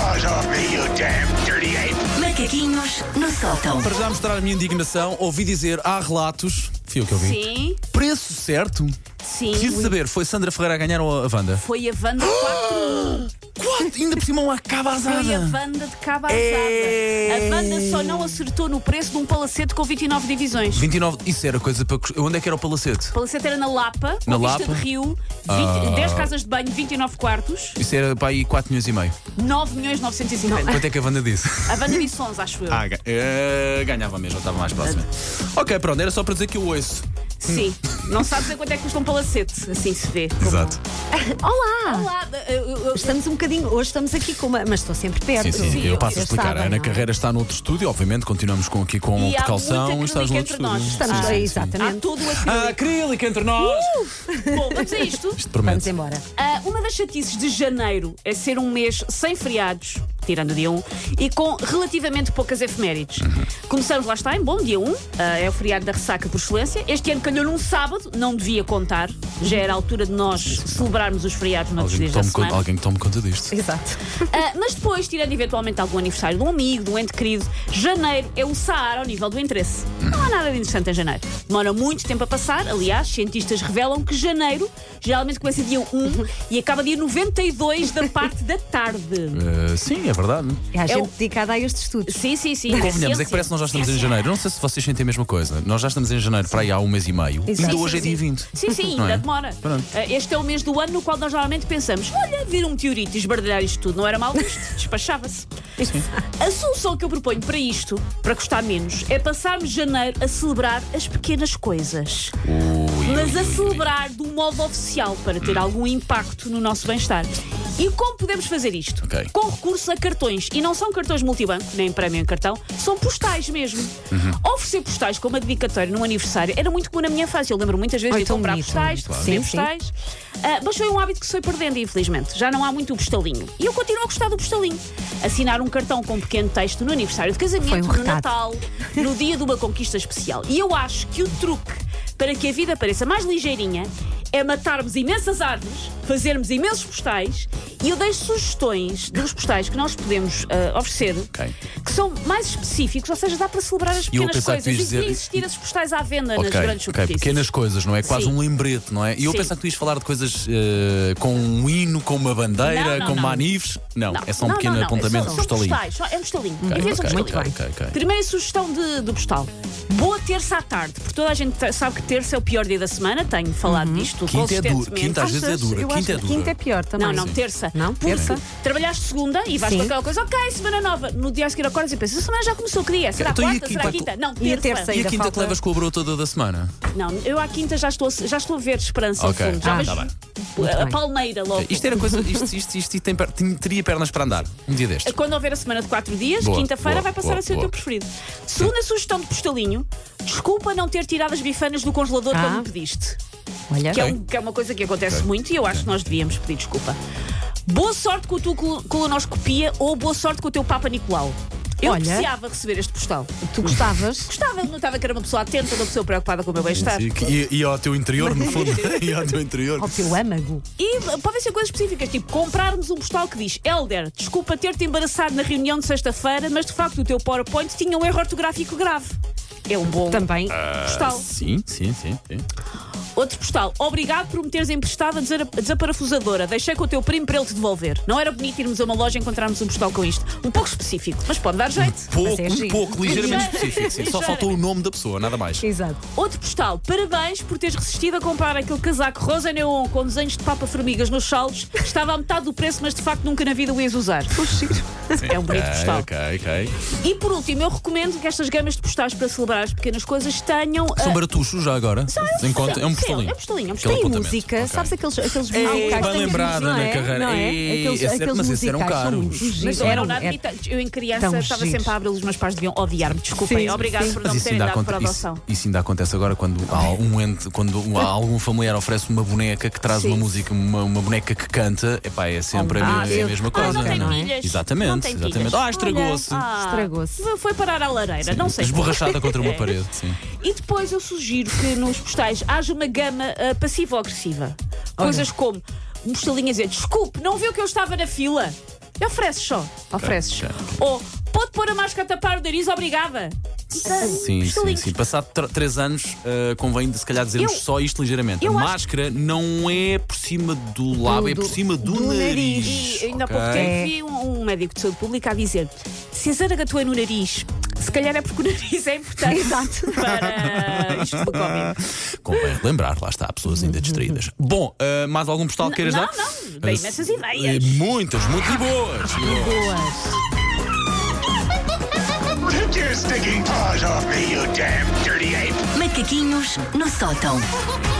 You damn dirty ape! Macaquinhos no sótão. Para já mostrar a minha indignação, ouvi dizer, há relatos, fui eu que ouvi, Sim, preço certo? sim. Preciso saber, foi Sandra Ferreira a ganhar ou a Wanda? Foi a Wanda 4. Quanto? Ainda por cima um uma Foi a cabazada. Wanda de Cava Ei. A Wanda só não acertou no preço de um palacete com 29 divisões. 29, isso era coisa para... cus- Onde é que era o palacete? O palacete era na Lapa, com Na vista Lapa? de rio, 20, Ah. 10 casas de banho, 29 quartos, Isso era para aí 4 milhões e meio. 9 milhões 950. Quanto é que a Wanda disse? A Wanda disse 11, acho eu. Ah, ga- eh, ganhava mesmo, eu estava mais próxima. Ok, pronto, era só para dizer que eu ouço. Sim. Não sabes a quanto é que custa um palacete, assim se vê. Exato. Ah. Olá! Olá, eu- eu- eu- Estamos um bocadinho, hoje estamos aqui com uma, mas estou sempre perto. Sim, sim, eu passo a Vocês explicar. sabem, a Ana não é? Carreira está no outro estúdio, obviamente, continuamos com, aqui com E há precaução muita estás no acrílica outro entre nós. estúdio. Estamos Sim, aí, sim, sim. Há exatamente. todo o A acrílico. acrílica entre nós! Ah. Bom, Uh! vamos a isto. Isto Vamos promete. embora. Ah, uma das chatices de janeiro é ser um mês sem feriados, tirando o dia 1, e com relativamente poucas efemérides. Começamos lá está, em bom dia 1, ah, é o feriado da ressaca por excelência. Este ano calhou num sábado, não devia contar, já era a altura de nós celebrarmos os feriados noutros Alguém dias que, da tome semana. conta, alguém que tome conta disto. Exato. Ah, mas depois, tirando eventualmente algum aniversário de um amigo, de um ente querido, janeiro é o Saara ao nível do interesse. Não há nada de interessante em janeiro. Demora muito tempo a passar, aliás, cientistas revelam que janeiro geralmente começa dia 1 e acaba dia 92 da parte da tarde. Eh, sim, é verdade. É a gente Eu- dedicada a estes estudos. Sim, sim, sim. Convenhamos, é que parece que nós já estamos em janeiro. Não sei se vocês sentem a mesma coisa. Nós já estamos em janeiro para aí há um mês e meio. Exato. Ainda Sim, hoje é dia 20. Sim, sim, Não ainda é? demora. Pronto. Ah, Este é o mês do ano no qual nós normalmente pensamos: olha, vir um meteorito e esbardalhar isto tudo não era mal visto, despachava-se. A solução que eu proponho para isto, para custar menos, é passarmos janeiro a celebrar as pequenas coisas. Ui, Mas ui, a ui, ui. celebrar de um modo oficial para ter algum impacto no nosso bem-estar. E como podemos fazer isto? Ok. Com recurso a cartões. E não são cartões multibanco, nem prémio em cartão, são postais mesmo. Oferecer postais como uma dedicatória num aniversário era muito comum na minha fase. Eu lembro muitas vezes Ai, de ir tão comprar bonito. postais, de Claro. receber Sim, sim. postais. Ah, mas foi um hábito que se foi perdendo, infelizmente. Já não há muito o postalinho. E eu continuo a gostar do postalinho. Assinar um cartão com um pequeno texto no aniversário de casamento, Foi um no recado. Natal, no dia de uma conquista especial. E eu acho que o truque para que a vida pareça mais ligeirinha é matarmos imensas árvores, fazermos imensos postais. E eu deixo sugestões dos postais que nós podemos ah, oferecer Ok. que são mais específicos, ou seja, dá para celebrar as E eu pequenas pensava que tu coisas. ias E devia dizer- existir esses postais à venda Ok, nas grandes ok, superfícies. pequenas coisas, não é? Quase Sim. um lembrete, não é? E eu Sim. pensava que tu ias falar de coisas eh, com um hino, com uma Não, bandeira, não, com não. manives. Não, é só um Não, pequeno não, não. apontamento São- de são postalinho. postais, só- É um postalinho. Ok, Envia-se um ok, postalinho. ok, ok, ok. Primeira sugestão de, do postal. Boa terça à tarde, porque toda a gente te- sabe que terça é o pior dia da semana, tenho falado disto Quinta é duro, consistentemente. Ah, quinta às vezes é dura, Eu quinta acho é que dura. quinta é pior também. Não, não, terça. Não, terça. Trabalhaste segunda e vais Sim. para aquela coisa, ok, semana nova. No dia a seguir acordas e pensas, a semana já começou, queria. Será Então e a quarta? Será quinta? quinta? Não, E a terça. terça E a Ainda quinta te falta- levas com a broa toda da semana? Não, eu à quinta já estou, a- já estou a ver esperança Ok, ao fundo. Já ah, vejo tá bem. a, a bem. palmeira logo. Isto era coisa. Isto, isto, isto, tem per- tem- teria pernas para andar. Um dia destes. Eh, Quando houver a semana de 4 dias, Boa, quinta-feira boa, vai passar boa, a ser o boa. teu preferido. Segunda sugestão de postalinho: desculpa não ter tirado as bifanas do congelador Ah. quando me pediste. Olha, Que, é um- que é uma coisa que acontece Ok. muito e eu acho que nós devíamos pedir desculpa. Boa sorte com a tua colo- colonoscopia ou boa sorte com o teu Papa Nicolau. Eu Olha. apreciava receber este postal. tu gostavas? Gostava, eu notava que era uma pessoa atenta, uma pessoa preocupada com o meu bem-estar. E, e- e ao teu interior, no fundo. e ao teu interior. Ao teu âmago? E podem ser coisas específicas, tipo comprarmos um postal que diz Elder, desculpa ter-te embaraçado na reunião de sexta-feira, mas de facto o teu PowerPoint tinha um erro ortográfico grave. É um bom Também. Ah. postal. Sim, sim, sim. sim. Outro postal. Obrigado por me teres emprestado a desa- a desaparafuzadora. Deixei com o teu primo para ele te devolver. Não era bonito irmos a uma loja e encontrarmos um postal com isto. Um pouco específico, mas pode dar jeito. Pouco, é um giro. pouco, ligeiramente específico. sim. Só Ligeiramente. faltou o nome da pessoa, nada mais. Exato. Outro postal. Parabéns por teres resistido a comprar aquele casaco rosa neon com desenhos de papa-formigas nos saldos. Estava a metade do preço, mas de facto nunca na vida o ias usar. É um bonito Ok, postal. Ok, ok. E por último, eu recomendo que estas gamas de postais para celebrar as pequenas coisas tenham. ah, São baratuchos já agora. Enquanto- é um sim, postalinho. é um postalinho, é um postalinho. Aquele Tem apontamento. música, Ok. sabes aqueles, aqueles Ei, musicais É, bem que temos, lembrada, não Ana é? Carreira. Não é? Ei, aqueles esse era- aqueles mas esses eram musicais são caros. muito giros. Mas não eram Eram- é nada era- um bonitas. Eu, em criança, tão estava giros. sempre a abri-los, meus pais deviam odiar-me. Desculpem, Sim, obrigado sim. por não Mas me isso terem ainda, dado aconte- para isso, adoção. isso ainda acontece agora quando há um ente, quando há algum familiar oferece uma boneca que traz Sim. uma música, uma, uma boneca que canta, epá, é sempre a, Ah, mesma- é a eu- mesma Ah, coisa. não tem é? pilhas. Exatamente, Não tem exatamente. pilhas. Ah, estragou-se. Ah, Estragou-se. Foi parar à lareira, não sei. Esborrachada contra uma parede, sim. E depois eu sugiro que nos postais haja uma gama ah, passivo-agressiva. Coisas como um postalinho a dizer desculpe, não viu que eu estava na fila? Ofereces só. Ofereces. ok, ok. Ou pode pôr a máscara a tapar o nariz, obrigada. Sim, sim, Estalinhos. sim. Passado tr- três anos, eh, convém se calhar dizermos Eu- só isto ligeiramente. A eu acho- máscara não é por cima do lábio, é do- por cima do, do nariz. nariz. Um E ainda há pouco ok? tempo vi um, um médico de saúde pública a dizer: se a zaragatua é no nariz, se calhar é porque o nariz é importante Exato. para isto do Covid. Convém lembrar, lá está, pessoas ainda distraídas. Bom, eh, mais algum postal que queiras não, dar? não, dei Eh, imensas se- ideias. eh, Muitas, muito e boas. Boas. Take your stinking paws off me, you damn dirty ape! Macaquinhos no sótão.